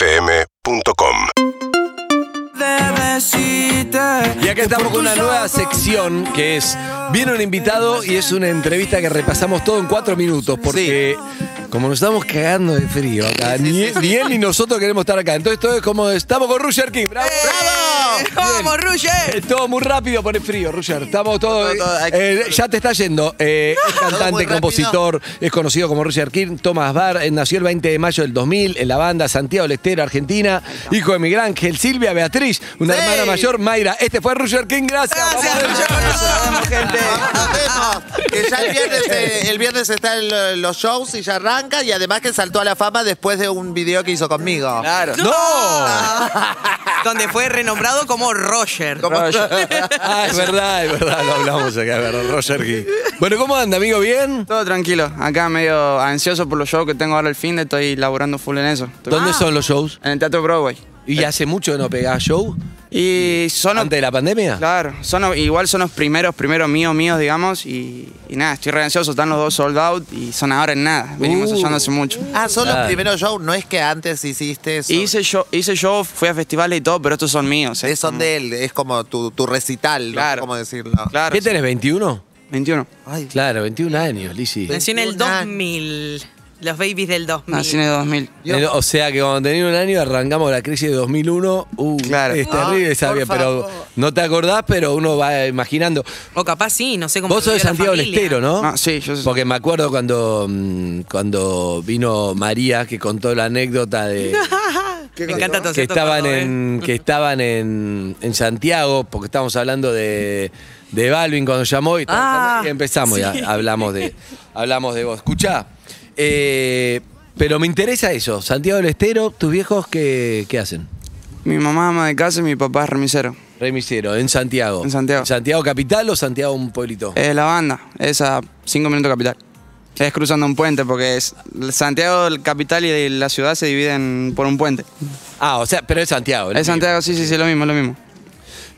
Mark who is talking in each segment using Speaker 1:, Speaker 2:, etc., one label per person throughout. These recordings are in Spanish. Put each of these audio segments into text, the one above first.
Speaker 1: UrbanaPlayFM.com
Speaker 2: Y acá estamos con una nueva sección que es Viene un invitado y es una entrevista que repasamos todo en cuatro minutos porque como nos estamos cagando de frío acá, ni, ni él ni nosotros queremos estar acá. Entonces todo es como estamos con Roger King. ¡Bravo! ¡Bravo!
Speaker 3: Eh, ¡Vamos, Ruger!
Speaker 2: Es todo muy rápido por el frío, Roger. Estamos todos.
Speaker 3: Todo, todo, hay-
Speaker 2: eh, ya te está yendo. Eh, es
Speaker 3: muy
Speaker 2: cantante,
Speaker 3: rápido.
Speaker 2: compositor, es conocido como Roger King. Thomas Barr eh, nació el 20 de mayo del 2000 en la banda Santiago del Estero, Argentina. Hijo de Miguel Ángel, Silvia Beatriz, una
Speaker 3: Sí.
Speaker 2: hermana mayor, Mayra. Este fue Roger King, gracias.
Speaker 3: Gracias,
Speaker 2: Vamos,
Speaker 3: Roger.
Speaker 2: Roger.
Speaker 3: Vamos, gente.
Speaker 4: Nos vemos. Este, Que ya el viernes, eh, el viernes está el- los shows y ya arranca. Y además que saltó a la fama después de un video que hizo conmigo.
Speaker 3: Claro.
Speaker 2: ¡No!
Speaker 3: Donde fue renombrado como Roger.
Speaker 4: Como-
Speaker 2: Ah, es verdad, es verdad, lo hablamos acá, es verdad, Roger King. Bueno, ¿cómo anda, amigo? ¿Bien?
Speaker 5: Todo tranquilo, acá medio ansioso por los shows que tengo ahora el fin de, estoy laborando full en eso. Estoy-
Speaker 2: ¿Dónde son los shows?
Speaker 5: En el Teatro Broadway.
Speaker 2: ¿Y hace mucho que no pegás show?
Speaker 5: Y son...
Speaker 2: ¿Antes de la pandemia?
Speaker 5: Claro, son, los- igual son los primeros, primeros míos, míos, digamos, y, y nada, estoy re ansioso, están los dos sold out y son ahora en nada, venimos
Speaker 2: Uh.
Speaker 5: ensayando hace mucho.
Speaker 4: Ah, son
Speaker 2: Claro.
Speaker 4: los primeros shows, no es que antes hiciste eso.
Speaker 5: Hice show, hice show, fui a festivales y todo, pero estos son míos.
Speaker 4: Eh,
Speaker 5: es
Speaker 4: Son
Speaker 5: como-
Speaker 4: de él, es como tu, tu recital, no sé
Speaker 5: Claro.
Speaker 4: cómo decirlo.
Speaker 5: Claro,
Speaker 2: ¿Qué tenés, 21?
Speaker 5: 21.
Speaker 4: Ay,
Speaker 2: Claro, 21 años, Lizzy.
Speaker 3: Nació en el 2000. Los babies del 2000.
Speaker 5: Nací en el 2000.
Speaker 2: Eh, O sea que cuando tenía un año arrancamos la crisis de 2001. Uh,
Speaker 5: Claro.
Speaker 2: Es terrible,
Speaker 4: Ah,
Speaker 2: está
Speaker 4: por
Speaker 2: bien, pero
Speaker 4: favor.
Speaker 2: no te acordás, pero uno va imaginando.
Speaker 3: O capaz sí, no sé cómo.
Speaker 2: Vos sos de Santiago del Estero, ¿no?
Speaker 5: Ah, sí, yo soy-
Speaker 2: Porque me acuerdo cuando, mm, cuando vino María que contó la anécdota de
Speaker 3: Me encanta todo
Speaker 2: que estaban en que estaban en, en Santiago porque estábamos hablando de de Balvin cuando llamó y,
Speaker 3: Ah,
Speaker 2: y empezamos ya hablamos de hablamos de vos escuchá eh, pero me interesa eso Santiago del Estero tus viejos qué, qué hacen
Speaker 5: Mi mamá es ama de casa y mi papá es remisero.
Speaker 2: Remisero en Santiago
Speaker 5: En Santiago. Eh.
Speaker 2: Santiago capital o Santiago un pueblito
Speaker 5: Es la banda, es a 5 minutos capital. Es cruzando un puente porque es Santiago, el capital y la ciudad se dividen por un puente.
Speaker 2: ah o sea pero es Santiago ¿no?
Speaker 5: Es Santiago, sí, sí, sí, lo mismo, lo mismo.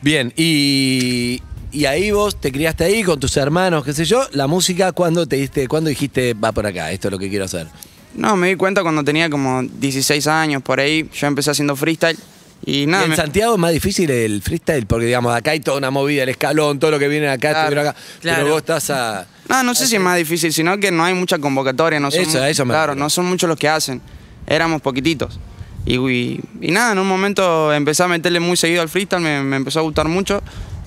Speaker 2: bien y y ahí vos te criaste ahí con tus hermanos, qué sé yo. La música, ¿cuándo te diste, cuándo dijiste va por acá? Esto es lo que quiero hacer.
Speaker 5: No, me di cuenta cuando tenía como 16 años, por ahí, yo empecé haciendo freestyle y
Speaker 2: Y
Speaker 5: nada.
Speaker 2: en
Speaker 5: me-
Speaker 2: Santiago es más difícil el freestyle, porque digamos, acá hay toda una movida, el escalón, todo lo que viene acá,
Speaker 5: Claro,
Speaker 2: estuvieron acá. Pero
Speaker 3: claro.
Speaker 2: vos estás a.
Speaker 5: No, no sé si es más difícil, sino que no hay mucha convocatoria. No son
Speaker 2: Eso,
Speaker 5: mu-
Speaker 2: a eso me
Speaker 5: Claro,
Speaker 2: refiero.
Speaker 5: no son muchos los que hacen. Éramos poquititos. Y, y- y nada, en un momento empecé a meterle muy seguido al freestyle, me, me empezó a gustar mucho.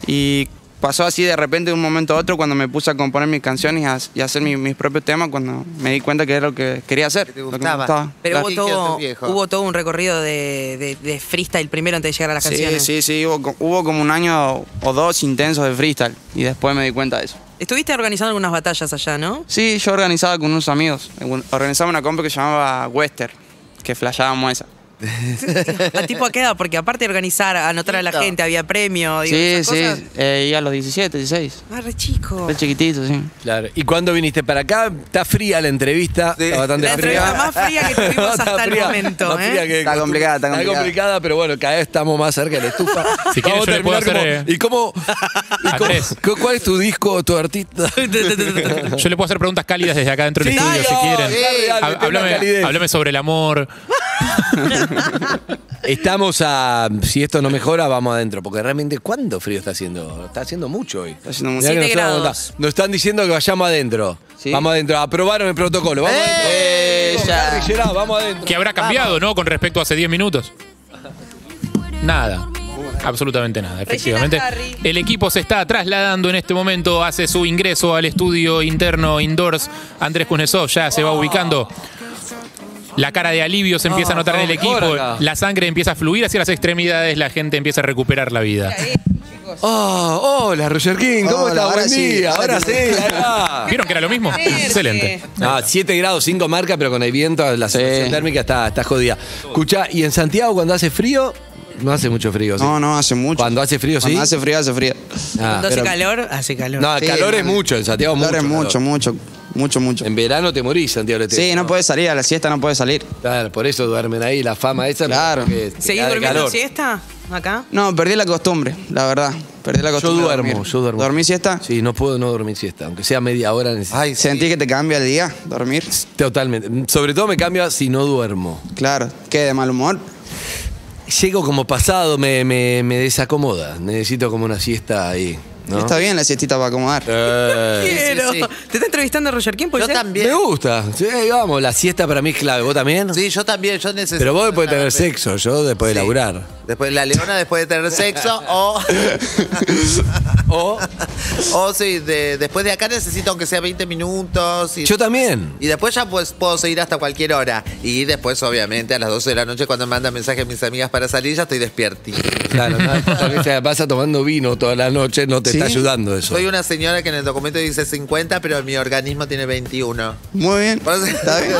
Speaker 5: Y pasó así de repente de un momento a otro cuando me puse a componer mis canciones y a, y a hacer mi- mis propios temas, cuando me di cuenta que era lo que quería hacer.
Speaker 4: Que te
Speaker 5: lo que me
Speaker 4: gustaba.
Speaker 3: Pero hubo
Speaker 4: Claro. Quiero
Speaker 3: todo,
Speaker 4: ser viejo.
Speaker 3: hubo todo un recorrido de, de, de freestyle primero antes de llegar a las
Speaker 5: Sí,
Speaker 3: canciones.
Speaker 5: sí, sí, hubo, co- hubo como un año o dos intensos de freestyle y después me di cuenta de eso.
Speaker 3: Estuviste organizando algunas batallas allá, ¿no?
Speaker 5: Sí, yo organizaba con unos amigos. Organizaba una compa que se llamaba Wester, que flashábamos esa.
Speaker 3: A tipo a qué edad, porque aparte de organizar, anotar a la
Speaker 4: Chiquito.
Speaker 3: gente, había premio, Ah, digo,
Speaker 5: sí,
Speaker 3: esas cosas.
Speaker 5: sí. Eh, y a los 17, 16.
Speaker 3: Ah, re chico.
Speaker 5: Fue chiquitito, sí.
Speaker 2: Claro. ¿Y cuándo viniste para acá? Está fría la entrevista. Está bastante
Speaker 3: La
Speaker 2: fría.
Speaker 3: entrevista más fría que tuvimos
Speaker 2: Está
Speaker 3: hasta el momento,
Speaker 2: más
Speaker 3: ¿eh?
Speaker 2: fría que-
Speaker 5: Está complicada, está complicada.
Speaker 2: pero bueno, cada vez estamos más cerca de la estufa.
Speaker 6: Si quieres,
Speaker 2: Vamos a
Speaker 6: yo le puedo
Speaker 2: terminar
Speaker 6: hacer, eh,
Speaker 2: como- ¿Y cómo? y
Speaker 6: a
Speaker 2: cómo-
Speaker 6: tres.
Speaker 2: cu- ¿Cuál es tu disco o tu artista?
Speaker 6: Yo le puedo hacer preguntas cálidas desde acá dentro del
Speaker 2: Sí,
Speaker 6: estudio, si
Speaker 2: dale,
Speaker 6: quieren.
Speaker 2: dale, dale,
Speaker 6: Hab-
Speaker 2: tema
Speaker 6: Háblame,
Speaker 2: calidez.
Speaker 6: háblame sobre el amor.
Speaker 2: Estamos a. Si esto no mejora, vamos adentro. Porque realmente, ¿cuánto frío está haciendo? Está haciendo mucho hoy.
Speaker 5: Está haciendo mucho.
Speaker 2: Mirá que
Speaker 3: Siete
Speaker 2: nosotros
Speaker 3: grados.
Speaker 2: vamos a- Nos están diciendo que vayamos adentro.
Speaker 5: Sí.
Speaker 2: Vamos adentro. Aprobaron el protocolo. Vamos adentro. Harry Gerard, vamos adentro.
Speaker 6: Que habrá cambiado, ¿no? Con respecto a hace 10 minutos. Nada. Absolutamente nada, efectivamente.
Speaker 3: Harry.
Speaker 6: El equipo se está trasladando en este momento, hace su ingreso al estudio interno indoors. Andrés Kuznetsov ya se
Speaker 2: Oh.
Speaker 6: va ubicando. La cara de alivio se empieza a notar en el
Speaker 2: mejor
Speaker 6: equipo,
Speaker 2: acá.
Speaker 6: la sangre empieza a fluir hacia las extremidades, la gente empieza a recuperar la vida.
Speaker 2: Oh, hola, Roger King. ¿Cómo
Speaker 4: Hola,
Speaker 2: estás?
Speaker 4: ahora
Speaker 2: Buen
Speaker 4: sí,
Speaker 2: día.
Speaker 4: ahora
Speaker 2: Ahora sí,
Speaker 4: sí.
Speaker 2: ahí va.
Speaker 6: ¿Vieron que era lo mismo? Excelente.
Speaker 2: Ah, 7 grados, 5 marca, pero con el viento, la sensación térmica está, está jodida. Escuchá, y en Santiago cuando hace frío, no hace mucho frío. ¿sí?
Speaker 5: No, no, hace mucho.
Speaker 2: Cuando hace frío, sí.
Speaker 5: Cuando hace frío, hace frío.
Speaker 2: Ah,
Speaker 3: Cuando hace
Speaker 2: pero-
Speaker 3: calor, hace calor.
Speaker 2: No, el
Speaker 5: Sí,
Speaker 2: calor es
Speaker 5: no.
Speaker 2: mucho en Santiago.
Speaker 5: Ahora es
Speaker 2: mucho
Speaker 5: mucho,
Speaker 2: calor.
Speaker 5: mucho. mucho, mucho.
Speaker 2: En verano te morís, Santiago. Estero,
Speaker 5: Sí, no puedes salir, a la siesta no puedes salir.
Speaker 2: Claro, por eso duermen ahí, la fama esa.
Speaker 5: Claro.
Speaker 2: porque te
Speaker 3: ¿Seguís
Speaker 2: da de
Speaker 3: durmiendo
Speaker 2: calor.
Speaker 3: siesta acá?
Speaker 5: No, perdí la costumbre, la verdad. Perdí la
Speaker 2: Yo
Speaker 5: costumbre. de
Speaker 2: duermo,
Speaker 5: dormir.
Speaker 2: yo duermo.
Speaker 5: ¿Dormí siesta?
Speaker 2: Sí, no puedo no dormir siesta, aunque sea media hora necesito.
Speaker 4: Ay, sí.
Speaker 5: ¿Sentí que te cambia el día? ¿Dormir?
Speaker 2: Totalmente. Sobre todo me cambia si no duermo.
Speaker 5: Claro. ¿Qué? ¿De mal humor?
Speaker 2: Llego como pasado, me, me, me desacomoda. Necesito como una siesta ahí. ¿no?
Speaker 5: Está bien la siestita para acomodar.
Speaker 2: Eh,
Speaker 3: Quiero.
Speaker 4: sí.
Speaker 3: ¿Te está entrevistando Roger Pues King?
Speaker 5: Pues
Speaker 3: ¿Puede
Speaker 4: Yo
Speaker 3: ser?
Speaker 4: también.
Speaker 2: me gusta. Sí, vamos, la siesta para mí es clave. ¿Vos también?
Speaker 4: Sí, yo también, yo necesito.
Speaker 2: Pero vos después de
Speaker 4: una-
Speaker 2: tener sexo, yo después de
Speaker 4: Sí.
Speaker 2: laburar.
Speaker 4: Después la leona después de tener sexo o.
Speaker 2: O
Speaker 4: o sí, de- después de acá necesito aunque sea 20 minutos. Y,
Speaker 2: yo también.
Speaker 4: y después ya pues puedo seguir hasta cualquier hora. Y después, obviamente, a las 12 de la noche cuando mandan mensaje a mis amigas para salir, ya estoy despierti.
Speaker 2: Claro, no, se pasa tomando vino toda la noche, no te
Speaker 5: Sí.
Speaker 2: está ayudando eso.
Speaker 4: Soy una señora que en el documento dice 50, pero mi organismo tiene 21.
Speaker 5: Muy bien.
Speaker 4: Por eso-
Speaker 5: Está bien.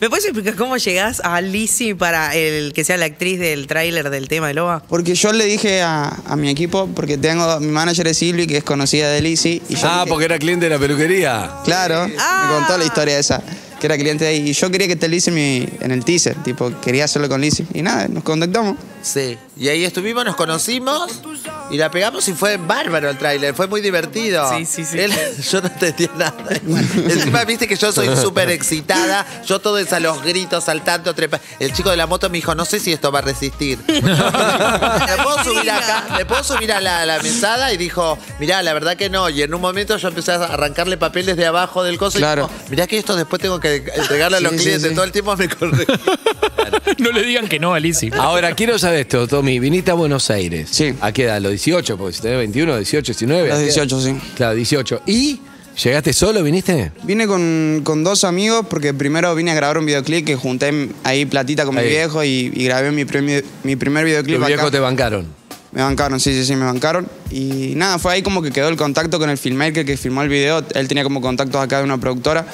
Speaker 3: ¿Me puedes explicar cómo llegás a Lizzie para el que sea la actriz del tráiler del tema de Loba?
Speaker 5: Porque yo le dije a, a mi equipo, porque tengo mi manager es Silvi, que es conocida de Lizzy. Y yo le
Speaker 2: Ah,
Speaker 5: dije-
Speaker 2: porque era cliente de la peluquería.
Speaker 5: Claro,
Speaker 3: Ah.
Speaker 5: me contó la historia esa, que era cliente de ahí. Y yo quería que esté Lizzy en mi- en el teaser, tipo, quería hacerlo con Lizzy. Y nada, nos contactamos.
Speaker 4: Sí. Y ahí estuvimos, nos conocimos y la pegamos y fue bárbaro el tráiler, fue muy divertido.
Speaker 3: Sí, sí, sí.
Speaker 4: Él- yo no entendía nada. Encima viste que yo soy súper excitada, yo todo es a los gritos, saltando, trepa. El chico de la moto me dijo, no sé si esto va a resistir. ¿Le puedo subir acá? ¿Le puedo subir a la, a la mesada? Y dijo, mirá, la verdad que no. Y en un momento yo empecé a arrancarle papeles de abajo del coso
Speaker 5: Claro.
Speaker 4: y dijo, mirá que esto después tengo que entregarle a los
Speaker 5: Sí, sí,
Speaker 4: clientes.
Speaker 5: sí.
Speaker 4: Todo el tiempo me corre.
Speaker 6: no le digan que no a Lizzy.
Speaker 2: Ahora, quiero saber esto, Tommy. Viniste a Buenos Aires.
Speaker 5: Sí.
Speaker 2: ¿A qué edad? ¿Los 18? Porque si tenés 21, 18, 19.
Speaker 5: Los
Speaker 2: ¿a qué edad?
Speaker 5: 18, sí.
Speaker 2: Claro, 18. ¿Y llegaste solo, viniste?
Speaker 5: Vine con, con dos amigos porque primero vine a grabar un videoclip que junté ahí platita con
Speaker 2: Ahí.
Speaker 5: mi viejo y, y grabé mi, premi- mi primer videoclip
Speaker 2: Los
Speaker 5: acá.
Speaker 2: viejos te bancaron.
Speaker 5: Me bancaron, sí, sí, sí, me bancaron. Y nada, fue ahí como que quedó el contacto con el filmmaker que filmó el video. Él tenía como contactos acá de una productora.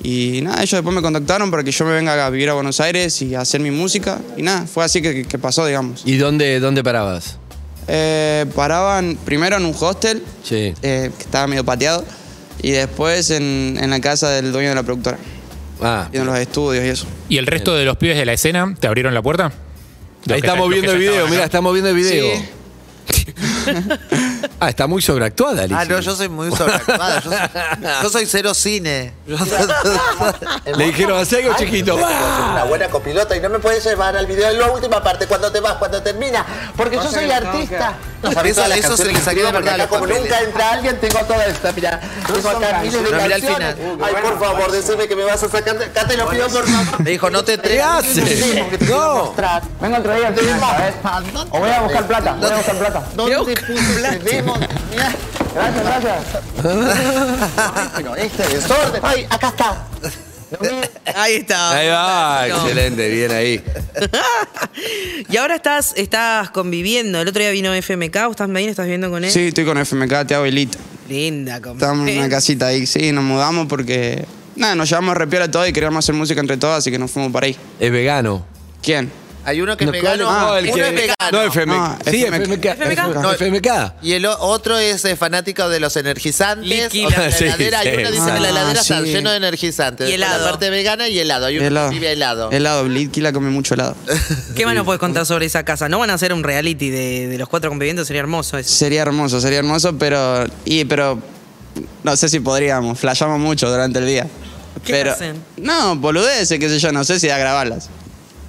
Speaker 5: Y nada, ellos después me contactaron para que yo me venga a vivir a Buenos Aires y a hacer mi música. Y nada, fue así que, que pasó, digamos.
Speaker 2: ¿Y dónde, dónde parabas?
Speaker 5: Eh, paraban primero en un hostel,
Speaker 2: Sí.
Speaker 5: eh, que estaba medio pateado, y después en, en la casa del dueño de la productora.
Speaker 2: Ah.
Speaker 5: Y
Speaker 4: eh,
Speaker 5: en los estudios y eso.
Speaker 6: ¿Y el resto de los pibes de la escena te abrieron la puerta? Los
Speaker 2: Ahí
Speaker 6: que ya-
Speaker 2: estamos
Speaker 6: los que
Speaker 2: viendo
Speaker 6: ya
Speaker 2: el video,
Speaker 6: estaban
Speaker 2: mira,
Speaker 6: acá.
Speaker 2: estamos viendo el video. ah, está muy sobreactuada, Alicia.
Speaker 4: Ah, no, yo soy muy sobreactuada. Yo soy, yo soy cero cine.
Speaker 2: Le dijeron, haz algo chiquito.
Speaker 4: una buena copilota y no me puedes llevar al video en la última parte, cuando te vas, cuando termina, porque yo soy artista. eso eso se le salió de verdad. a los
Speaker 7: Como
Speaker 4: papeles.
Speaker 7: nunca entra alguien, tengo toda esta, mira. Tengo acá miles de
Speaker 4: No, mirá al
Speaker 7: canciones.
Speaker 4: final.
Speaker 7: Ay, por favor, decime que me vas a sacar de acá, te lo pido por favor.
Speaker 4: Me dijo, no te
Speaker 2: ¿Qué
Speaker 4: entregas.
Speaker 2: haces? No.
Speaker 7: Vengo otro día, te O voy a buscar plata, voy a buscar plata.
Speaker 4: ¿Dónde puse el demo? Mirá.
Speaker 7: Gracias, gracias. Bueno, este desorden. Ay, acá está.
Speaker 3: Ahí está.
Speaker 2: Ahí va,
Speaker 3: No.
Speaker 2: excelente, bien ahí.
Speaker 3: Y ahora estás, estás conviviendo. El otro día vino FMK, ¿vos estás bien? ¿Estás viviendo con él?
Speaker 5: Sí, estoy con FMK, Teago y Lito.
Speaker 3: Linda convivencia.
Speaker 5: Estamos en una casita ahí, sí, nos mudamos porque. Nada, nos llevamos repiola todo y queríamos hacer música entre todos, así que nos fuimos para ahí.
Speaker 2: Es vegano.
Speaker 5: ¿Quién?
Speaker 4: Hay uno que es
Speaker 2: No,
Speaker 4: vegano,
Speaker 2: ¿cómo?
Speaker 4: uno
Speaker 2: el que-
Speaker 4: es vegano.
Speaker 2: No, FMK.
Speaker 5: No,
Speaker 2: sí, FMK.
Speaker 5: FMK.
Speaker 2: FMK. No,
Speaker 4: No,
Speaker 2: FMK.
Speaker 4: Y el o- otro es eh, fanático de los energizantes.
Speaker 3: Liquila.
Speaker 4: o sea, la
Speaker 2: Sí,
Speaker 4: heladera,
Speaker 2: sí.
Speaker 4: y uno dice que la
Speaker 5: Ah,
Speaker 4: heladera está
Speaker 5: sí.
Speaker 4: lleno de energizantes.
Speaker 3: Y
Speaker 4: Después
Speaker 3: helado.
Speaker 4: La parte vegana y helado. Hay uno que vive helado.
Speaker 5: Helado, Litkila come mucho helado.
Speaker 3: ¿Qué más nos puedes contar sobre esa casa? ¿No van a hacer un reality de, de los cuatro convivientes? Sería hermoso eso.
Speaker 5: sería hermoso, sería hermoso, pero. Y, pero. No sé si podríamos, flashamos mucho durante el día.
Speaker 3: ¿Qué
Speaker 5: pero,
Speaker 3: hacen?
Speaker 5: No, boludeces, qué sé yo, no sé si a grabarlas.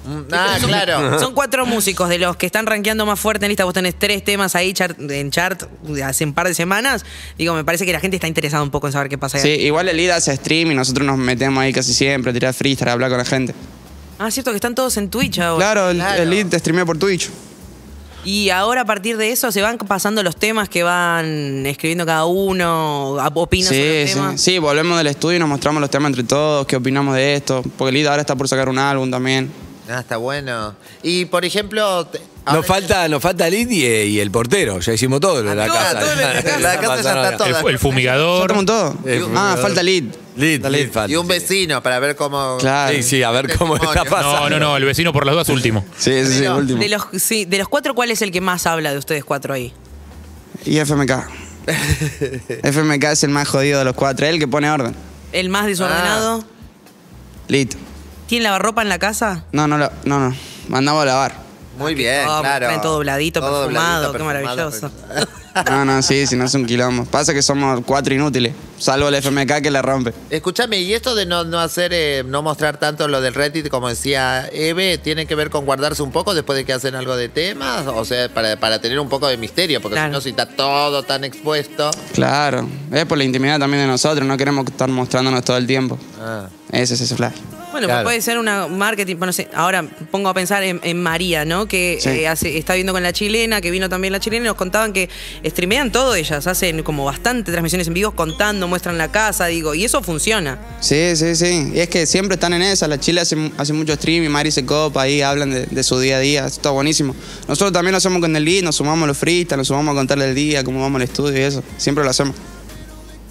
Speaker 4: Mm, Ah, claro.
Speaker 3: Son cuatro músicos de los que están rankeando más fuerte en lista. Vos tenés tres temas ahí chart- en chart hace un par de semanas. Digo, me parece que la gente está interesada un poco en saber qué pasa ahí.
Speaker 5: Sí, igual el ida hace stream y nosotros nos metemos ahí casi siempre, a tirar freestyle, a hablar con la gente.
Speaker 3: Ah, es cierto que están todos en Twitch ahora.
Speaker 5: Claro, el,
Speaker 4: claro.
Speaker 5: el lead te streamea por Twitch.
Speaker 3: Y ahora a partir de eso se van pasando los temas que van escribiendo cada uno, a- opinan sobre
Speaker 5: Sí,
Speaker 3: los
Speaker 5: sí,
Speaker 3: temas.
Speaker 5: sí, volvemos del estudio y nos mostramos los temas entre todos, qué opinamos de esto. Porque el ida ahora está por sacar un álbum también.
Speaker 4: Ah, está bueno. Y por ejemplo. te- ahora-
Speaker 2: Nos falta, eh, nos falta Lid y, y el portero. Ya hicimos todo lo de la
Speaker 3: Todo,
Speaker 2: casa.
Speaker 3: todo lo de la casa.
Speaker 4: La casa ya está
Speaker 6: El,
Speaker 4: toda.
Speaker 6: el fumigador.
Speaker 5: ¿Estamos todos?
Speaker 2: Eh,
Speaker 5: ah, falta lead.
Speaker 2: Lid,
Speaker 5: Falta lead.
Speaker 2: Lid falta,
Speaker 4: Y un
Speaker 2: sí.
Speaker 4: vecino para ver cómo.
Speaker 5: Claro.
Speaker 2: Sí, sí, a ver cómo está
Speaker 4: Testimonio.
Speaker 2: pasando.
Speaker 6: No, no, no, el vecino por las dudas último.
Speaker 5: Sí, sí, sí,
Speaker 4: Pero-
Speaker 5: último.
Speaker 3: De los, sí, de los cuatro, ¿cuál es el que más habla de ustedes cuatro ahí?
Speaker 5: Y FMK. FMK es el más jodido de los cuatro, es el que pone orden.
Speaker 3: el más desordenado.
Speaker 5: Ah. Listo.
Speaker 3: ¿Tiene lavarropa en la casa?
Speaker 5: No, no, la- no, no. Mandamos a lavar.
Speaker 4: Muy bien,
Speaker 3: Ah,
Speaker 4: claro.
Speaker 3: traen todo dobladito, perfumado, qué maravilloso.
Speaker 5: No, no, sí, si no es un quilombo. Pasa que somos cuatro inútiles. Salvo el FMK que la rompe.
Speaker 4: Escúchame, y esto de no, no hacer, eh, no mostrar tanto lo del Reddit, como decía Eve, ¿tiene que ver con guardarse un poco después de que hacen algo de temas? O sea, para, para tener un poco de misterio, porque
Speaker 3: Claro.
Speaker 4: si no, si está todo tan expuesto.
Speaker 5: Claro. Es por la intimidad también de nosotros. No queremos estar mostrándonos todo el tiempo.
Speaker 4: Ah.
Speaker 5: Ese es ese flash.
Speaker 3: Bueno,
Speaker 4: Claro.
Speaker 3: pues puede ser una marketing, bueno, no sé, ahora pongo a pensar en, en María, ¿no? Que
Speaker 5: Sí.
Speaker 3: eh, hace- está viendo con la chilena, que vino también la chilena, y nos contaban que streamean todo ellas, hacen como bastante transmisiones en vivo contando, muestran la casa, digo, y eso funciona.
Speaker 5: Sí, sí, sí. Y es que siempre están en esa. La Chile hace, hace mucho stream y Mari se copa ahí, hablan de, de su día a día. Está buenísimo. Nosotros también lo hacemos con el lead, nos sumamos a los freestyles, nos sumamos a contarle el día, cómo vamos al estudio y eso. Siempre lo hacemos.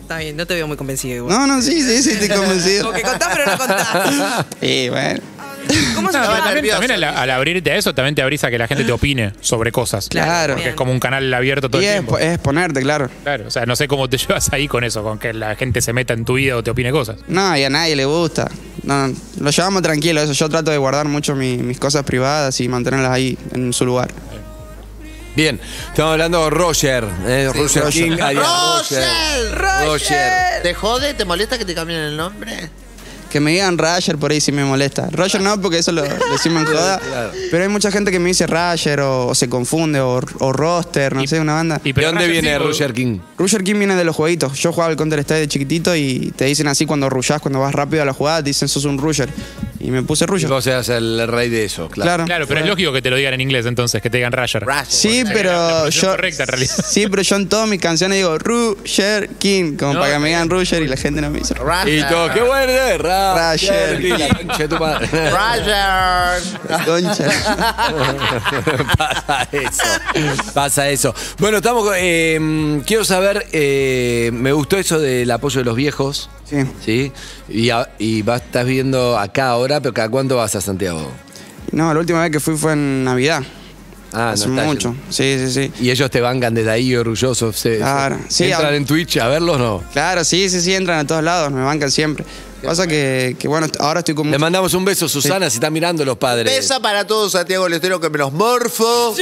Speaker 3: Está bien, no te veo muy convencido igual.
Speaker 5: No, no, sí, sí, sí, estoy convencido.
Speaker 3: Como que contás, pero no contás.
Speaker 5: Y bueno.
Speaker 3: ¿Cómo se
Speaker 6: No,
Speaker 3: llama?
Speaker 6: también,
Speaker 4: nervioso,
Speaker 6: también al, al abrirte a eso, también te abrís a que la gente te opine sobre cosas.
Speaker 5: Claro.
Speaker 6: Porque es como un canal abierto todo
Speaker 5: Y
Speaker 6: el
Speaker 5: es,
Speaker 6: tiempo.
Speaker 5: es ponerte, claro.
Speaker 6: Claro, o sea, no sé cómo te llevas ahí con eso, con que la gente se meta en tu vida o te opine cosas.
Speaker 5: No, y a nadie le gusta. No, no, lo llevamos tranquilo, eso. Yo trato de guardar mucho mi- mis cosas privadas y mantenerlas ahí en su lugar.
Speaker 2: Bien, estamos hablando de Roger. eh, Roger,
Speaker 5: Roger.
Speaker 2: King, alias Roger.
Speaker 4: ¡Roger!
Speaker 2: Roger.
Speaker 4: ¿Te jode? ¿Te molesta que te cambien el nombre?
Speaker 5: Que me digan Roger por ahí sí me molesta. Roger no, porque eso lo, lo decimos en joda. Pero hay mucha gente que me dice Roger o, o se confunde o, o roster, no sé, una banda.
Speaker 6: Y
Speaker 2: ¿De
Speaker 6: pero
Speaker 2: dónde
Speaker 6: Roger
Speaker 2: viene
Speaker 6: sí,
Speaker 2: Roger King?
Speaker 5: Roger King viene de los jueguitos. Yo jugaba el Counter Strike de chiquitito y te dicen así cuando rullás, cuando vas rápido a la jugada, te dicen sos un Roger. Y me puse Roger.
Speaker 2: Vos seas el rey de eso, claro.
Speaker 5: Claro.
Speaker 6: Claro, pero es lógico que te lo digan en inglés entonces, que te digan Roger.
Speaker 4: Rush.
Speaker 5: Sí,
Speaker 6: Porque la- la
Speaker 5: pero
Speaker 6: pronunciación
Speaker 5: yo.
Speaker 6: correcta, en realidad.
Speaker 5: Sí, pero yo en todas mis canciones digo Roger King, como
Speaker 6: No,
Speaker 5: para que me
Speaker 6: no.
Speaker 5: digan Roger y la gente no me dice. Roger.
Speaker 4: Roger.
Speaker 2: Y todo, qué bueno, eh, Roger
Speaker 5: Roger.
Speaker 2: King, la concha de tu madre.
Speaker 4: Roger.
Speaker 5: Concha.
Speaker 2: pasa eso. Pasa eso. Bueno, estamos. con- eh, quiero saber. eh, me gustó eso del apoyo de los viejos.
Speaker 5: Sí.
Speaker 2: ¿Sí? Y, a- y vas, estás viendo acá ahora, pero ¿cada cuánto vas a Santiago?
Speaker 5: No, la última vez que fui fue en Navidad.
Speaker 2: Ah,
Speaker 5: Hace
Speaker 2: no estás
Speaker 5: mucho.
Speaker 2: yendo.
Speaker 5: Sí, sí, sí.
Speaker 2: Y ellos te bancan desde ahí orgullosos. se-
Speaker 5: Claro,
Speaker 2: se-
Speaker 5: sí,
Speaker 2: ¿Entran
Speaker 5: a-
Speaker 2: en Twitch a verlos no?
Speaker 5: Claro, sí, sí, sí, entran a todos lados, me bancan siempre. Pasa que, que bueno, ahora estoy con
Speaker 2: Le
Speaker 5: mucho-
Speaker 2: mandamos un beso, Susana, si están mirando los padres.
Speaker 4: Pesa para todos, Santiago Lestero, que me los morfo.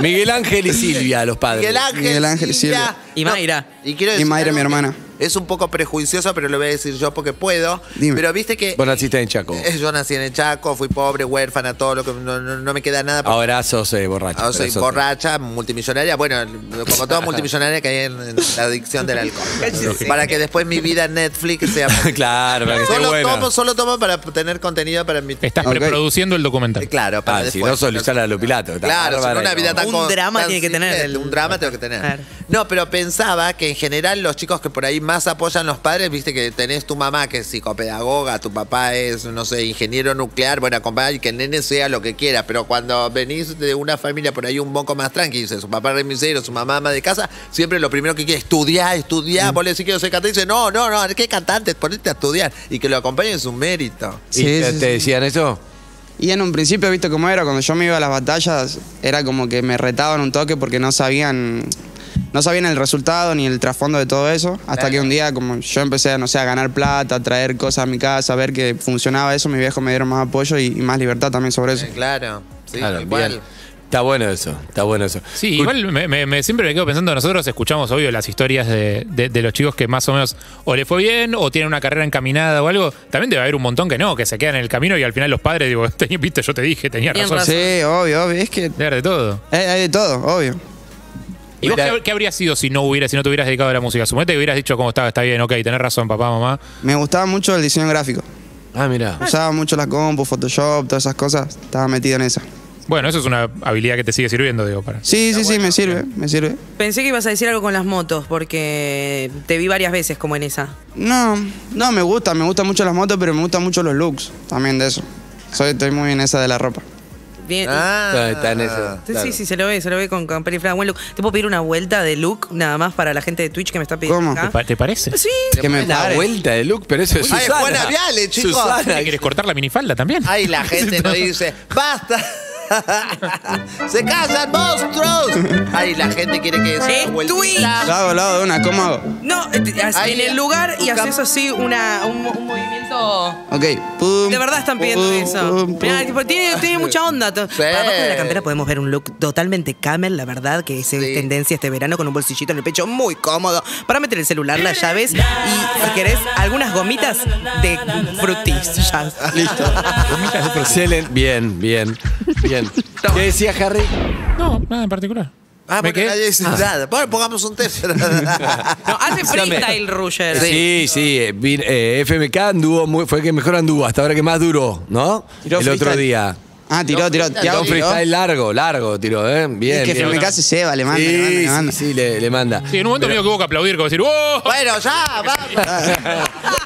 Speaker 2: Miguel Ángel y Silvia, los padres.
Speaker 4: Miguel Ángel.
Speaker 5: Ah, Miguel Ángel
Speaker 4: Silvia.
Speaker 5: Silva.
Speaker 3: Y
Speaker 4: No,
Speaker 3: Mayra.
Speaker 4: y quiero decir
Speaker 5: Y Mayra,
Speaker 4: algo
Speaker 5: mi
Speaker 4: que
Speaker 5: hermana.
Speaker 4: Es un poco prejuicioso, pero lo voy a decir yo porque puedo.
Speaker 5: Dime.
Speaker 4: Pero viste que.
Speaker 2: Vos naciste en Chaco.
Speaker 4: Eh, Yo nací en el Chaco, fui pobre, huérfana, todo lo que no, no- no me queda nada. porque-
Speaker 2: Ahora sos eh, borracho.
Speaker 4: Ah, soy
Speaker 2: pero sos-
Speaker 4: borracha, multimillonaria, bueno, como toda multimillonaria que hay en, en la adicción del alcohol. para que después mi vida en Netflix sea...
Speaker 2: claro, para que esté
Speaker 4: solo,
Speaker 2: buena.
Speaker 4: tomo, solo tomo para tener contenido para mi...
Speaker 6: Estás
Speaker 5: Ok.
Speaker 6: preproduciendo el documental.
Speaker 4: Eh, Claro, para
Speaker 2: Ah, si
Speaker 4: después.
Speaker 2: no sos Luciana Lopilato. está
Speaker 4: Claro, si no,
Speaker 2: bárbara,
Speaker 4: una
Speaker 2: no.
Speaker 4: vida tan
Speaker 3: Un
Speaker 4: con-
Speaker 3: drama
Speaker 4: tan
Speaker 3: tiene que tener
Speaker 4: simple,
Speaker 3: el-
Speaker 4: Un drama tengo que tener.
Speaker 3: Claro.
Speaker 4: No, pero pensaba que en general los chicos que por ahí más apoyan los padres, viste que tenés tu mamá que es psicopedagoga, tu papá es, no sé, ingeniero nuclear, bueno, acompañar y que el nene sea lo que quiera, pero cuando venís de una familia por ahí un poco más tranqui, dice, su papá remisero, su mamá ama de casa, siempre lo primero que quiere es estudiar,
Speaker 2: Mm.
Speaker 4: estudiar, vos le decís que yo soy cantante, y dice, no, no, no, qué cantante, ponete a estudiar y que lo acompañen es un mérito.
Speaker 2: ¿Y
Speaker 5: Sí,
Speaker 2: te, te
Speaker 5: sí, sí.
Speaker 2: decían eso?
Speaker 5: Y en un principio, ¿viste cómo era? Cuando yo me iba a las batallas, era como que me retaban un toque porque no sabían no sabían el resultado ni el trasfondo de todo eso. Hasta que un día, como yo empecé, no sé, a ganar plata, a traer cosas a mi casa, a ver que funcionaba eso, mis viejos me dieron más apoyo y, y más libertad también sobre eso.
Speaker 4: Eh, Claro, sí,
Speaker 2: Claro,
Speaker 4: igual.
Speaker 2: bien. Está bueno eso, está bueno eso.
Speaker 6: Sí, igual me, me- me- siempre me quedo pensando, nosotros escuchamos, obvio, las historias de, de- de los chicos que más o menos o le fue bien o tienen una carrera encaminada o algo. También debe haber un montón que no, que se quedan en el camino y al final los padres, digo, "Tenía- viste, yo te dije, tenía
Speaker 3: Tenían
Speaker 6: razón.
Speaker 3: razón.
Speaker 5: Sí, obvio, obvio. Es que
Speaker 6: Debe haber de todo.
Speaker 5: hay, hay de todo, obvio.
Speaker 6: ¿Y vos
Speaker 2: Mira.
Speaker 6: qué, qué habrías sido si no hubieras, si no te hubieras dedicado a la música? Suponete que hubieras dicho cómo estaba, está bien, ok, tenés razón, papá, mamá.
Speaker 5: Me gustaba mucho el diseño gráfico.
Speaker 2: Ah, mira.
Speaker 5: Usaba mucho la compu, Photoshop, todas esas cosas. Estaba metido en esa.
Speaker 6: Bueno, eso es una habilidad que te sigue sirviendo, digo, para.
Speaker 5: Sí, sí, sí, me sirve, me sirve.
Speaker 3: Pensé que ibas a decir algo con las motos, porque te vi varias veces como en esa.
Speaker 5: No, no, me gusta, me gustan mucho las motos, pero me gustan mucho los looks también de eso. Soy, estoy muy en esa de la ropa.
Speaker 3: Bien.
Speaker 4: Ah,
Speaker 2: Está en eso.
Speaker 3: Sí,
Speaker 2: claro.
Speaker 3: Sí, sí, se lo ve, se lo ve con, con pelifla. Buen look. ¿Te puedo pedir una vuelta de look nada más para la gente de Twitch que me está pidiendo?
Speaker 5: ¿Cómo?
Speaker 3: acá?
Speaker 6: Pa- ¿Te parece?
Speaker 3: Sí.
Speaker 5: Que me
Speaker 2: La
Speaker 5: pare.
Speaker 2: vuelta de look, pero eso es
Speaker 4: Ay,
Speaker 2: Susana.
Speaker 4: Juana Viale, chicos.
Speaker 2: Susana.
Speaker 6: ¿Te querés cortar la minifalda también?
Speaker 4: Ay, la gente nos dice, basta. ¡Se casan monstruos! Ay, la gente quiere que
Speaker 3: Es
Speaker 4: sea vueltita. Ah,
Speaker 5: Lo hago, lo hago de una, ¿cómo hago?
Speaker 3: No, eh, te- te-
Speaker 4: Ahí,
Speaker 3: en el lugar y
Speaker 4: tu
Speaker 3: haces
Speaker 4: cam-
Speaker 3: así una, un, un movimiento.
Speaker 5: Ok, pum.
Speaker 3: De verdad están pidiendo
Speaker 5: pum,
Speaker 3: eso.
Speaker 5: pum,
Speaker 3: Mirá,
Speaker 5: pum.
Speaker 3: tipo, tiene, tiene mucha onda. To-
Speaker 4: Sí.
Speaker 3: Para abajo de la campera podemos ver un look totalmente camel, la verdad, que es
Speaker 4: Sí.
Speaker 3: tendencia este verano con un bolsillito en el pecho muy cómodo. Para meter el celular, las llaves y, si querés, algunas gomitas de frutillas.
Speaker 2: Ah,
Speaker 5: Listo.
Speaker 2: Excelente. Bien, bien, bien. ¿Qué decía Harry?
Speaker 6: No, nada en particular.
Speaker 4: Ah,
Speaker 6: ¿Me
Speaker 4: porque
Speaker 6: quedé?
Speaker 4: nadie dice nada. Bueno, pongamos un test.
Speaker 3: No, hace
Speaker 2: Escúchame.
Speaker 3: freestyle, Ruger.
Speaker 2: Sí, sí. eh, vin- eh, FMK anduvo muy, fue el que mejor anduvo, hasta ahora que más duró, ¿no?
Speaker 5: Tiró
Speaker 2: el otro
Speaker 5: freestyle.
Speaker 2: día.
Speaker 5: Ah, tiró, tiró.
Speaker 2: Tiró
Speaker 5: Tiago
Speaker 2: un
Speaker 5: tiró.
Speaker 2: freestyle largo, largo, tiró, ¿eh? Bien.
Speaker 5: Es que
Speaker 2: bien.
Speaker 5: FMK se lleva, le manda,
Speaker 2: sí,
Speaker 5: le manda, le manda.
Speaker 2: sí, sí, le, le manda.
Speaker 6: Sí, en un momento medio que hubo que aplaudir, como decir, ¡wow!
Speaker 4: bueno, ya, vamos.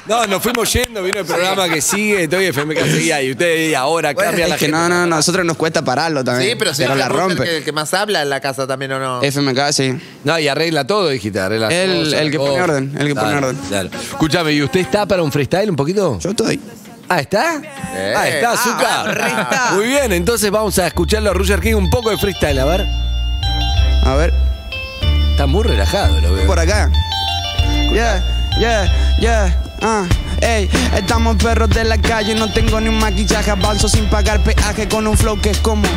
Speaker 2: No, nos fuimos yendo, vino el programa que sigue, entonces FMK seguía y ustedes y ahora
Speaker 4: Bueno,
Speaker 2: cambia
Speaker 5: Es
Speaker 2: la
Speaker 5: que
Speaker 2: gente.
Speaker 5: no, no, no, a nosotros nos cuesta pararlo también.
Speaker 4: Sí, pero sí,
Speaker 5: la rompe.
Speaker 4: El que más habla en la casa también, ¿o no?
Speaker 5: FMK, sí.
Speaker 2: No, y arregla todo, dijiste, arregla
Speaker 5: El-
Speaker 2: todo,
Speaker 5: el que
Speaker 2: todo.
Speaker 5: pone orden, el que pone
Speaker 2: Claro,
Speaker 5: orden.
Speaker 2: claro. Escúchame, ¿y usted está para un freestyle un poquito?
Speaker 5: Yo estoy.
Speaker 2: Ah, ¿está?
Speaker 4: Eh.
Speaker 2: Ah, está,
Speaker 4: Ah,
Speaker 2: Zuka.
Speaker 3: resta.
Speaker 2: Muy bien, entonces vamos a escucharlo a Roger King un poco de freestyle, a ver.
Speaker 5: A ver,
Speaker 2: Está muy relajado, lo veo.
Speaker 5: por acá. Yeah, yeah, yeah. Ah. Ey, estamos perros de la calle, no tengo ni un maquillaje, avanzo sin pagar peaje con un flow que es como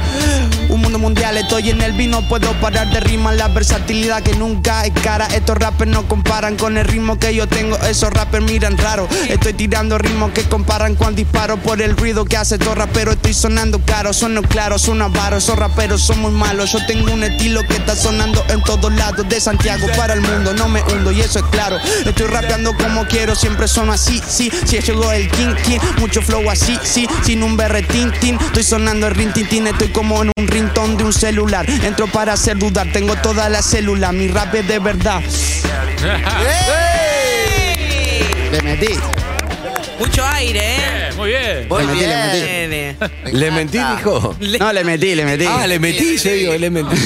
Speaker 5: un mundo mundial, estoy en el vino, puedo parar de rima, la versatilidad que nunca es cara, estos rappers no comparan con el ritmo que yo tengo, esos rappers miran raro, estoy tirando ritmos que comparan con disparo por el ruido que hace estos raperos, estoy sonando caro, sueno claro, suena avaro, esos raperos son muy malos, yo tengo un estilo que está sonando en todos lados, de Santiago para el mundo, no me hundo y eso es claro, estoy rapeando como quiero, siempre sono así, sí, si llegó el king, king, mucho flow así, sí, sin un berretín, tin, estoy sonando el rin, tin, tin, estoy como en un rintón de un celular, entro para hacer dudar, tengo toda la célula, mi rap es de verdad, le metí,
Speaker 3: Mucho aire, ¿eh?
Speaker 6: Muy bien.
Speaker 4: Muy
Speaker 5: Le metí, le metí.
Speaker 4: bien.
Speaker 3: Nene.
Speaker 2: ¿Le mentí, dijo?
Speaker 3: Le-
Speaker 5: no, le metí, le metí.
Speaker 2: Ah, le metí, yo digo, le metí.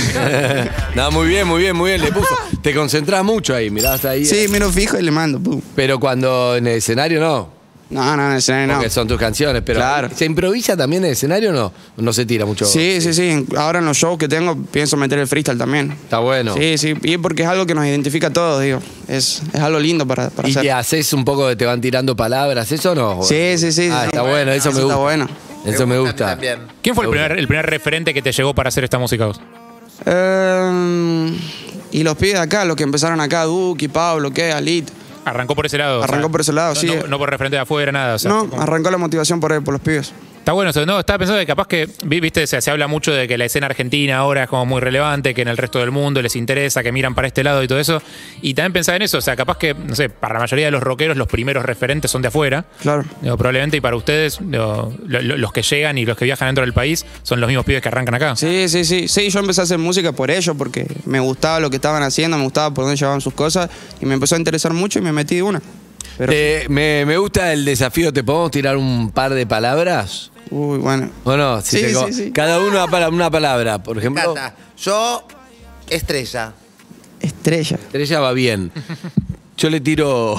Speaker 2: no, muy bien, muy bien, muy bien, le puso. Te concentras mucho ahí, mirás ahí. eh.
Speaker 5: Sí, miro fijo y le mando. pum.
Speaker 2: Pero cuando en el escenario no,
Speaker 5: No, no, no, sí, no.
Speaker 2: porque son tus canciones, pero
Speaker 5: Claro.
Speaker 2: ¿se improvisa también en el escenario o no? No se tira mucho.
Speaker 5: Sí, sí, sí. Ahora en los shows que tengo pienso meter el freestyle también.
Speaker 2: Está bueno.
Speaker 5: Sí, sí. Y porque es algo que nos identifica a todos, digo. Es, es algo lindo para, para
Speaker 2: Y
Speaker 5: hacer.
Speaker 2: te haces un poco de te van tirando palabras, ¿eso o no?
Speaker 5: Sí, sí, sí.
Speaker 2: Ah,
Speaker 5: sí.
Speaker 2: está bueno, eso me
Speaker 5: Está
Speaker 2: gusta.
Speaker 5: bueno.
Speaker 2: Eso me
Speaker 4: Me
Speaker 2: gusta.
Speaker 4: gusta a mí también.
Speaker 6: ¿Quién fue el
Speaker 2: Me
Speaker 6: primer, el primer referente que te llegó para hacer esta música vos?
Speaker 5: Eh, y los pibes de acá, los que empezaron acá, Duki, Pablo, ¿qué? Alit.
Speaker 6: Arrancó por ese lado. o sea,
Speaker 5: Arrancó por ese lado,
Speaker 6: no,
Speaker 5: sí.
Speaker 6: No, no por referente de afuera, nada. o sea,
Speaker 5: No, arrancó la motivación por él, por los pibes.
Speaker 6: Está bueno eso. No, estaba pensando que capaz que, vi- viste, se, se habla mucho de que la escena argentina ahora es como muy relevante, que en el resto del mundo les interesa, que miran para este lado y todo eso. Y también pensaba en eso. O sea, capaz que, no sé, para la mayoría de los rockeros los primeros referentes son de afuera.
Speaker 5: Claro.
Speaker 6: Digo, probablemente, y para ustedes, digo, lo- lo- los que llegan y los que viajan dentro del país son los mismos pibes que arrancan acá.
Speaker 5: Sí, sí, sí. Sí, yo empecé a hacer música por ellos porque me gustaba lo que estaban haciendo, me gustaba por dónde llevaban sus cosas y me empezó a interesar mucho y me metí de una. Pero,
Speaker 2: Te- Eh, me, me gusta el desafío, ¿te podemos tirar un par de palabras?
Speaker 5: uy, bueno.
Speaker 2: ¿O no? Si
Speaker 5: Sí,
Speaker 2: te co-
Speaker 5: sí, sí.
Speaker 2: Cada uno va para una palabra, por
Speaker 4: Me
Speaker 2: ejemplo.
Speaker 4: encanta. Yo, estrella.
Speaker 5: Estrella.
Speaker 2: Estrella va bien. Yo le tiro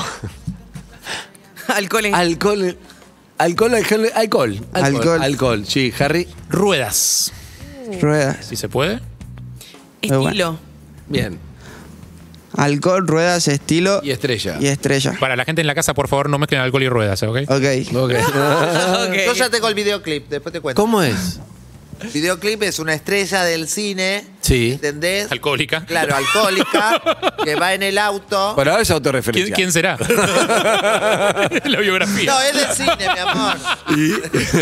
Speaker 3: Alcohol en
Speaker 2: alcohol. Alcohol, alcohol, alcohol. Alcohol,
Speaker 5: Alcohol.
Speaker 2: alcohol. sí, Harry.
Speaker 6: Ruedas.
Speaker 5: Ruedas.
Speaker 6: Si se puede.
Speaker 3: estilo.
Speaker 2: Bien.
Speaker 5: Alcohol, ruedas, estilo
Speaker 2: Y estrella.
Speaker 5: y estrella.
Speaker 6: Para la gente en la casa, por favor, no mezclen alcohol y ruedas, ¿eh? ¿ok?
Speaker 5: Ah. Ok.
Speaker 2: Ok.
Speaker 3: Ok.
Speaker 4: Yo ya tengo el videoclip, después te cuento.
Speaker 2: ¿Cómo es?
Speaker 4: El videoclip es una estrella del cine.
Speaker 2: Sí.
Speaker 4: ¿Entendés?
Speaker 6: Alcohólica.
Speaker 4: Claro, alcohólica, que va en el auto.
Speaker 2: Por ahora es
Speaker 6: ¿Quién,
Speaker 2: autorreferencia.
Speaker 6: quién será? la biografía.
Speaker 4: No, es del cine, mi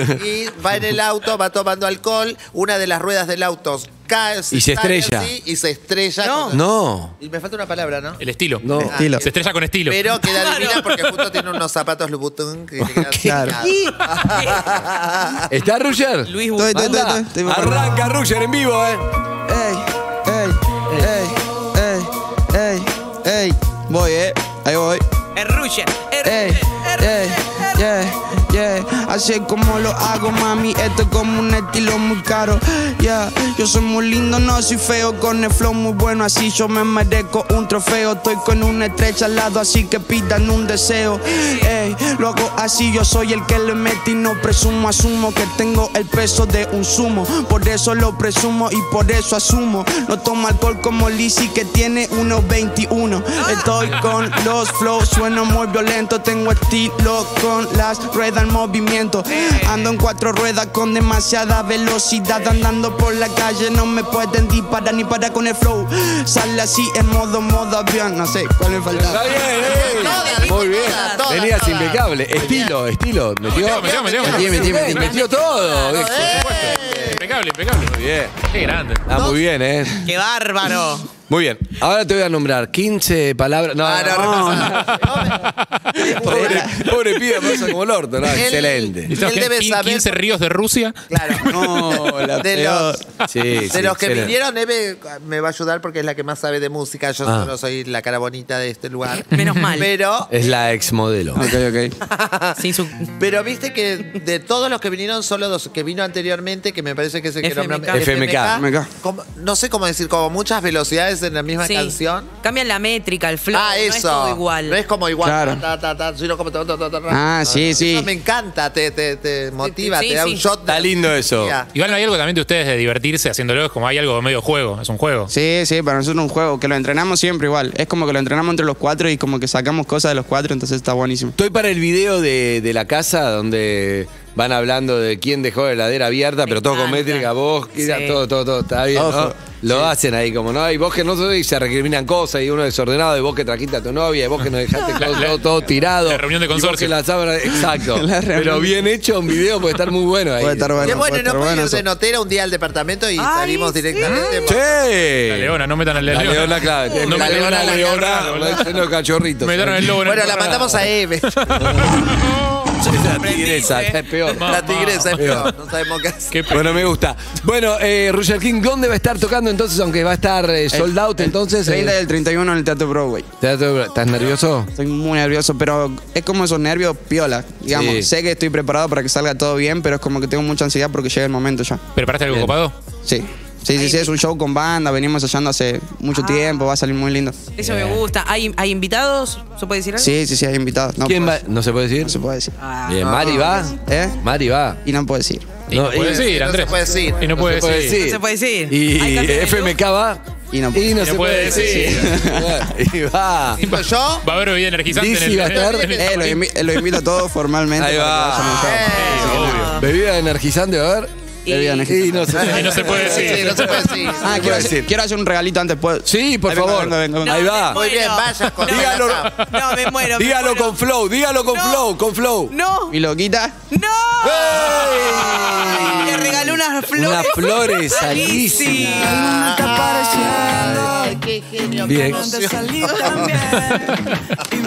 Speaker 4: amor. Y va en el auto, va tomando alcohol, una de las ruedas del auto cae.
Speaker 2: Y se
Speaker 4: cae
Speaker 2: estrella.
Speaker 4: así, y se estrella.
Speaker 3: No.
Speaker 4: contra-
Speaker 2: No.
Speaker 4: Y me falta una palabra, ¿no?
Speaker 6: El estilo.
Speaker 2: No.
Speaker 5: Estilo.
Speaker 6: Se estrella con estilo.
Speaker 4: Eh, Pero queda divina porque justo tiene unos zapatos Louboutin que le quedan
Speaker 5: Claro.
Speaker 2: ¿Está Ruger?
Speaker 3: Luis Bu-
Speaker 5: Estoy, estoy,
Speaker 2: Anda.
Speaker 5: estoy, estoy, estoy muy parado.
Speaker 2: Arranca Ruger en vivo, ¿eh?
Speaker 5: Ey, ey, ey, ey, ey, ey. Voy, eh. Ahí voy.
Speaker 3: Es Ruger. Es
Speaker 5: Ey,
Speaker 3: Ruger, es
Speaker 5: ey,
Speaker 3: Ruger.
Speaker 5: yeah, yeah. Así es como lo hago, mami. Esto es como un estilo muy caro. Yeah. Yo soy muy lindo, no soy feo. Con el flow muy bueno, así yo me merezco un trofeo. Estoy con una estrecha al lado, así que pidan un deseo. Ey, lo hago así, yo soy el que le mete y no presumo. Asumo que tengo el peso de un sumo. Por eso lo presumo y por eso asumo. No tomo alcohol como Lizzy que tiene 1.21. Estoy con los flows, sueno muy violento. Tengo estilo con las ruedas en movimiento. Ando en cuatro ruedas con demasiada velocidad. Andando por la calle no me pueden disparar ni parar con el flow. Sale así en modo, modo avión. No sé cuál me falta.
Speaker 2: Está bien, eh.
Speaker 4: Todas,
Speaker 2: Muy bien.
Speaker 4: todas, todas,
Speaker 2: Venías
Speaker 4: todas.
Speaker 2: impecable. Estilo, estilo. Metió,
Speaker 6: metió, metió,
Speaker 2: metió, metió, metió, metió todo.
Speaker 4: eh.
Speaker 6: Impecable, impecable.
Speaker 2: Muy bien.
Speaker 6: Qué grande.
Speaker 2: Ah, muy bien, eh.
Speaker 3: ¡Qué bárbaro!
Speaker 2: Muy bien. Ahora te voy a nombrar 15 palabras. No,
Speaker 4: Ah,
Speaker 2: no,
Speaker 4: no,
Speaker 2: no. Pobre, pobre pibe, pasa como el orto. No, excelente.
Speaker 4: Él
Speaker 6: Necesitamos
Speaker 4: debe
Speaker 6: quin-
Speaker 4: saber-
Speaker 6: 15 ríos de Rusia.
Speaker 4: Claro.
Speaker 2: No, la
Speaker 4: de
Speaker 2: peor.
Speaker 4: los,
Speaker 2: Sí,
Speaker 4: de
Speaker 2: sí,
Speaker 4: los que
Speaker 2: excelente.
Speaker 4: vinieron, Eve me va a ayudar porque es la que más sabe de música. Yo
Speaker 2: Ah.
Speaker 4: solo soy la cara bonita de este lugar.
Speaker 3: Menos mal.
Speaker 4: Pero
Speaker 2: Es la ex
Speaker 5: Ah,
Speaker 2: modelo.
Speaker 5: ok.
Speaker 2: Ah.
Speaker 3: Sin su...
Speaker 4: Pero viste que de todos los que vinieron, solo dos que vino anteriormente, que me parece que es el que
Speaker 3: FMK.
Speaker 4: nombramos-
Speaker 2: FMK.
Speaker 5: FMK.
Speaker 4: como- no sé cómo decir, como muchas velocidades en la misma
Speaker 3: Sí.
Speaker 4: canción.
Speaker 3: Cambian la métrica, el flow.
Speaker 4: ah, eso.
Speaker 3: No es todo igual.
Speaker 4: No es como igual.
Speaker 5: Claro.
Speaker 4: ta, ta, ta, sino como ta, ta, ta, ta, ta.
Speaker 5: Ah,
Speaker 4: No,
Speaker 5: sí,
Speaker 4: no,
Speaker 5: sí.
Speaker 4: Eso me encanta, te, te, te motiva,
Speaker 3: Sí,
Speaker 4: te da
Speaker 3: sí.
Speaker 4: un shot. de
Speaker 2: Está lindo eso.
Speaker 4: energía.
Speaker 6: Igual no hay algo también de ustedes de divertirse haciéndolo, es como hay algo medio juego, es un juego.
Speaker 5: Sí, sí, para nosotros es un juego, que lo entrenamos siempre igual. Es como que lo entrenamos entre los cuatro y como que sacamos cosas de los cuatro, entonces está buenísimo.
Speaker 2: Estoy para el video de, de la casa donde van hablando de quién dejó la heladera abierta,
Speaker 3: Me
Speaker 2: pero todo con
Speaker 3: encanta.
Speaker 2: métrica, vos, que era
Speaker 3: Sí.
Speaker 2: todo, todo, todo, está bien, ¿no?
Speaker 5: Ojo.
Speaker 2: Lo hacen ahí como, ¿no? Y vos que no soy, y se recriminan cosas, y uno desordenado, y vos que trajiste a tu novia, y vos que nos dejaste todo, todo, todo tirado.
Speaker 6: la reunión
Speaker 2: y
Speaker 6: de
Speaker 2: vos
Speaker 6: consorcio.
Speaker 2: que la sábana- exacto.
Speaker 5: La reunión.
Speaker 2: pero bien hecho, un video puede estar muy bueno ahí.
Speaker 5: Puede estar bueno.
Speaker 4: Qué bueno,
Speaker 5: puede
Speaker 4: no
Speaker 5: estar
Speaker 4: puede
Speaker 5: bueno
Speaker 4: ir de
Speaker 5: eso.
Speaker 4: notera un día al departamento y
Speaker 3: Ay,
Speaker 4: salimos
Speaker 3: sí.
Speaker 4: directamente. por-
Speaker 2: ¡Sí!
Speaker 6: La leona, no metan al
Speaker 2: La leona, claro.
Speaker 6: No
Speaker 2: la
Speaker 6: metan
Speaker 2: leona,
Speaker 6: al
Speaker 2: la leona,
Speaker 6: leona.
Speaker 2: son los cachorritos.
Speaker 6: Metieron el lobo en el
Speaker 4: Bueno, la
Speaker 6: corral.
Speaker 4: mandamos a Eve.
Speaker 2: La tigresa,
Speaker 6: ¿eh?
Speaker 2: es peor.
Speaker 4: la tigresa es peor. No sabemos qué hacer.
Speaker 6: Qué pe-
Speaker 2: Bueno, me gusta. Bueno, eh, Roger King, ¿dónde va a estar tocando entonces? Aunque va a estar eh, sold out, entonces. eh,
Speaker 5: 30 y el 31 en el Teatro Broadway.
Speaker 2: Teatro- ¿Estás nervioso?
Speaker 5: Estoy muy nervioso, pero es como esos nervios piola, digamos.
Speaker 2: Sí.
Speaker 5: Sé que estoy preparado para que salga todo bien, pero es como que tengo mucha ansiedad porque llega el momento ya.
Speaker 6: ¿Preparaste algo copado?
Speaker 5: Sí. Sí, sí, sí, es un show con banda, venimos ensayando hace mucho tiempo, va a salir muy lindo.
Speaker 3: Eso me gusta. ¿Hay, hay invitados? ¿Se puede decir algo?
Speaker 5: Sí, sí, sí, hay invitados. No,
Speaker 2: ¿Quién
Speaker 5: puedo
Speaker 2: va?
Speaker 5: decir.
Speaker 2: ¿No se puede decir?
Speaker 5: No se puede decir.
Speaker 3: Ah,
Speaker 2: Bien, Mari va.
Speaker 5: ¿Eh?
Speaker 2: Mari va.
Speaker 5: Y no puedo decir.
Speaker 6: Y no,
Speaker 2: No,
Speaker 6: puede
Speaker 2: y-
Speaker 6: decir,
Speaker 4: no se
Speaker 6: Andrés.
Speaker 4: puede decir.
Speaker 6: Y no, puede,
Speaker 2: puede
Speaker 6: decir.
Speaker 2: decir.
Speaker 3: No se puede decir.
Speaker 2: Y
Speaker 3: Hay campeones de
Speaker 2: FMK va.
Speaker 5: Y no-
Speaker 2: y no
Speaker 6: no
Speaker 2: se puede
Speaker 6: puede
Speaker 2: decir. y va.
Speaker 4: Yo
Speaker 6: Va a haber bebida energizante
Speaker 2: Lizzy va a
Speaker 6: en el.
Speaker 2: estar.
Speaker 6: en el-
Speaker 5: Eh, lo, invi- eh, lo invito a todos formalmente.
Speaker 2: Ahí
Speaker 5: para que
Speaker 2: va. Eh.
Speaker 4: Ah,
Speaker 5: vayan al show. Ah,
Speaker 6: Sí, obvio.
Speaker 2: Bebida energizante, a ver.
Speaker 3: Y-
Speaker 2: Bebida energizante. Y no se
Speaker 6: Y no se puede decir.
Speaker 4: Sí, no se puede decir.
Speaker 5: Ah, quiero hacer,
Speaker 2: decir.
Speaker 5: quiero hacer un regalito antes. ¿puedo?
Speaker 2: Sí, por
Speaker 5: Ahí vengo,
Speaker 2: favor.
Speaker 5: vengo, vengo, vengo.
Speaker 2: Ahí va.
Speaker 3: No,
Speaker 4: Muy bien,
Speaker 3: Bueno.
Speaker 4: vaya con
Speaker 2: Dígalo.
Speaker 3: No, me muero. me
Speaker 2: Dígalo
Speaker 3: muero.
Speaker 2: con flow, dígalo con
Speaker 3: No.
Speaker 2: flow, con flow.
Speaker 3: ¡No!
Speaker 5: Mi loquita.
Speaker 3: ¡No! Le regaló unas flores.
Speaker 2: Unas flores
Speaker 3: a
Speaker 2: alísimas.
Speaker 3: Lizzy.
Speaker 4: Ay, qué genio. qué
Speaker 2: Bien.
Speaker 4: emoción.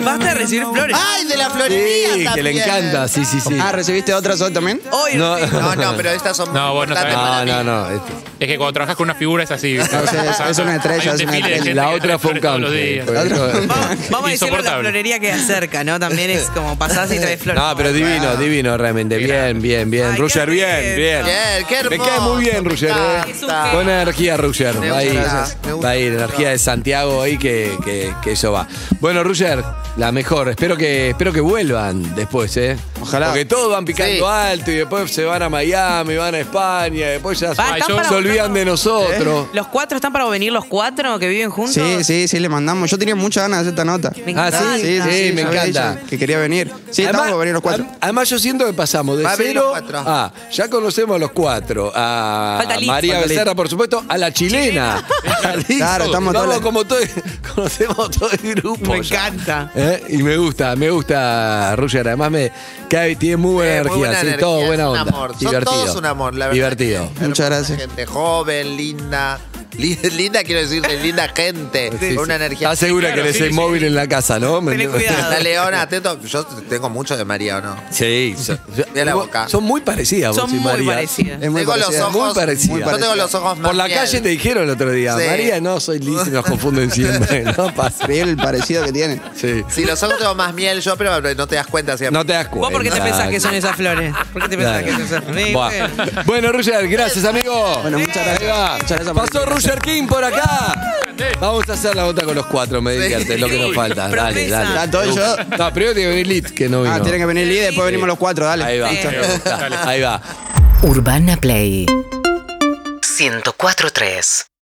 Speaker 3: Basta de recibir flores.
Speaker 4: Ay, de la florería
Speaker 2: Sí, que
Speaker 4: también.
Speaker 2: le encanta, sí, sí, sí.
Speaker 5: Ah, ¿recibiste otras hoy también?
Speaker 3: Hoy
Speaker 2: No.
Speaker 4: No, no, pero estas son
Speaker 6: No,
Speaker 4: muy
Speaker 6: vos no
Speaker 4: importantes
Speaker 6: sabés.
Speaker 4: para
Speaker 2: No,
Speaker 4: mí.
Speaker 2: no, no. este-
Speaker 6: Es que cuando trabajas con una figura es así.
Speaker 5: es- es una estrella,
Speaker 6: Hay un
Speaker 5: es una
Speaker 6: desfile de
Speaker 5: estrella.
Speaker 6: gente
Speaker 2: La
Speaker 6: que
Speaker 2: otra
Speaker 6: hace
Speaker 2: fue un pues.
Speaker 6: flores todos los
Speaker 2: canje.
Speaker 6: días.
Speaker 2: fue otro-
Speaker 3: Vamos, vamos a decirlo la
Speaker 6: Insoportable.
Speaker 3: florería que acerca, ¿no? También es como pasás y traes flores.
Speaker 2: No, pero divino, divino realmente. Bien, bien, bien.
Speaker 3: Ay,
Speaker 2: Roger,
Speaker 3: qué
Speaker 2: bien,
Speaker 3: rico.
Speaker 2: bien.
Speaker 4: Bien, qué
Speaker 2: Me
Speaker 4: hermoso.
Speaker 2: cae muy bien, Roger. eh.
Speaker 4: Es
Speaker 3: un genio.
Speaker 2: Buena energía, Roger.
Speaker 4: Me
Speaker 2: Va a ir,
Speaker 4: gusta, me gusta.
Speaker 2: va a ir. Energía de Santiago ahí que, que- que eso va. Bueno, Roger, la mejor. Espero que, espero que vuelvan después, ¿eh?
Speaker 5: Ojalá.
Speaker 2: Porque todos van picando
Speaker 4: Sí.
Speaker 2: alto y después se van a Miami, van a España, después ya se,
Speaker 3: Va,
Speaker 6: están
Speaker 2: se
Speaker 6: para
Speaker 2: olvidan de
Speaker 6: Eh.
Speaker 2: nosotros.
Speaker 3: ¿Los cuatro están para venir los cuatro que viven juntos?
Speaker 5: Sí, sí, sí, le mandamos. Yo tenía muchas ganas de hacer esta nota.
Speaker 3: Me
Speaker 2: Ah,
Speaker 3: encanta.
Speaker 2: sí, sí, me
Speaker 5: yo había
Speaker 2: encanta.
Speaker 5: dicho Que quería venir. Sí, estamos por venir los cuatro.
Speaker 2: ad- además yo siento que pasamos de
Speaker 4: Va a venir
Speaker 2: cero
Speaker 4: los cuatro.
Speaker 2: a ya conocemos a los cuatro a
Speaker 3: Falta Liz.
Speaker 2: María
Speaker 5: Falta Liz.
Speaker 2: Becerra por supuesto a la chilena A Liz.
Speaker 5: Claro, estamos
Speaker 2: Vamos
Speaker 5: todos-
Speaker 2: como todo conocemos todo el grupo
Speaker 3: Me
Speaker 2: ya.
Speaker 3: encanta.
Speaker 2: ¿Eh? y me gusta me gusta Roger además me cae tiene muy buena
Speaker 4: Eh, muy
Speaker 2: energía
Speaker 4: buena
Speaker 2: sí,
Speaker 4: energía,
Speaker 2: todo
Speaker 4: es
Speaker 2: buena
Speaker 4: un
Speaker 2: onda
Speaker 4: amor. Son
Speaker 2: divertido
Speaker 4: todos un amor, la verdad.
Speaker 2: divertido
Speaker 4: que hermosa
Speaker 5: Muchas gracias.
Speaker 4: Gente joven, linda. Li- Linda quiero decir de linda gente, con una energía.
Speaker 2: Estás segura
Speaker 6: Claro,
Speaker 2: que eres
Speaker 6: sí,
Speaker 2: el
Speaker 6: sí.
Speaker 2: móvil en la casa, ¿no?
Speaker 3: Tenés cuidado.
Speaker 4: La leona, atento, yo tengo mucho de María, ¿o no?
Speaker 2: Sí, son,
Speaker 4: Mira la boca.
Speaker 2: son muy parecidas. vos
Speaker 3: Son
Speaker 2: y
Speaker 3: muy
Speaker 2: María.
Speaker 3: parecidas.
Speaker 2: Es muy
Speaker 4: tengo
Speaker 2: parecida,
Speaker 4: los ojos,
Speaker 2: muy parecida.
Speaker 4: yo tengo los ojos más
Speaker 2: Por la
Speaker 4: miel.
Speaker 2: calle te dijeron el otro día,
Speaker 4: Sí.
Speaker 2: María, no, soy Liz, nos confunden siempre. No pasa.
Speaker 7: Ve el parecido que tiene.
Speaker 2: Sí.
Speaker 4: Si los ojos tengo más miel yo, pero no te das cuenta. si-
Speaker 2: No te das cuenta.
Speaker 3: ¿Vos por qué te pensás que son esas flores? ¿Por qué te pensás
Speaker 2: Claro.
Speaker 3: que son esas flores?
Speaker 2: Buah. Bueno, Roger, gracias, amigo.
Speaker 7: Bueno, muchas gracias.
Speaker 2: Ahí va.
Speaker 7: Muchas gracias,
Speaker 2: Pasó Roger King por acá. Vamos a hacer la bota con los cuatro, me divierte, es lo que nos falta. Dale,
Speaker 3: Promesa.
Speaker 2: dale.
Speaker 7: Ah, todo yo.
Speaker 2: No, primero tiene que venir Lit, que no vino.
Speaker 7: Ah, tiene que venir Lee, después venimos los cuatro, dale.
Speaker 2: Ahí va.
Speaker 3: Sí.
Speaker 2: Ahí va.
Speaker 8: Urbana Play 104.3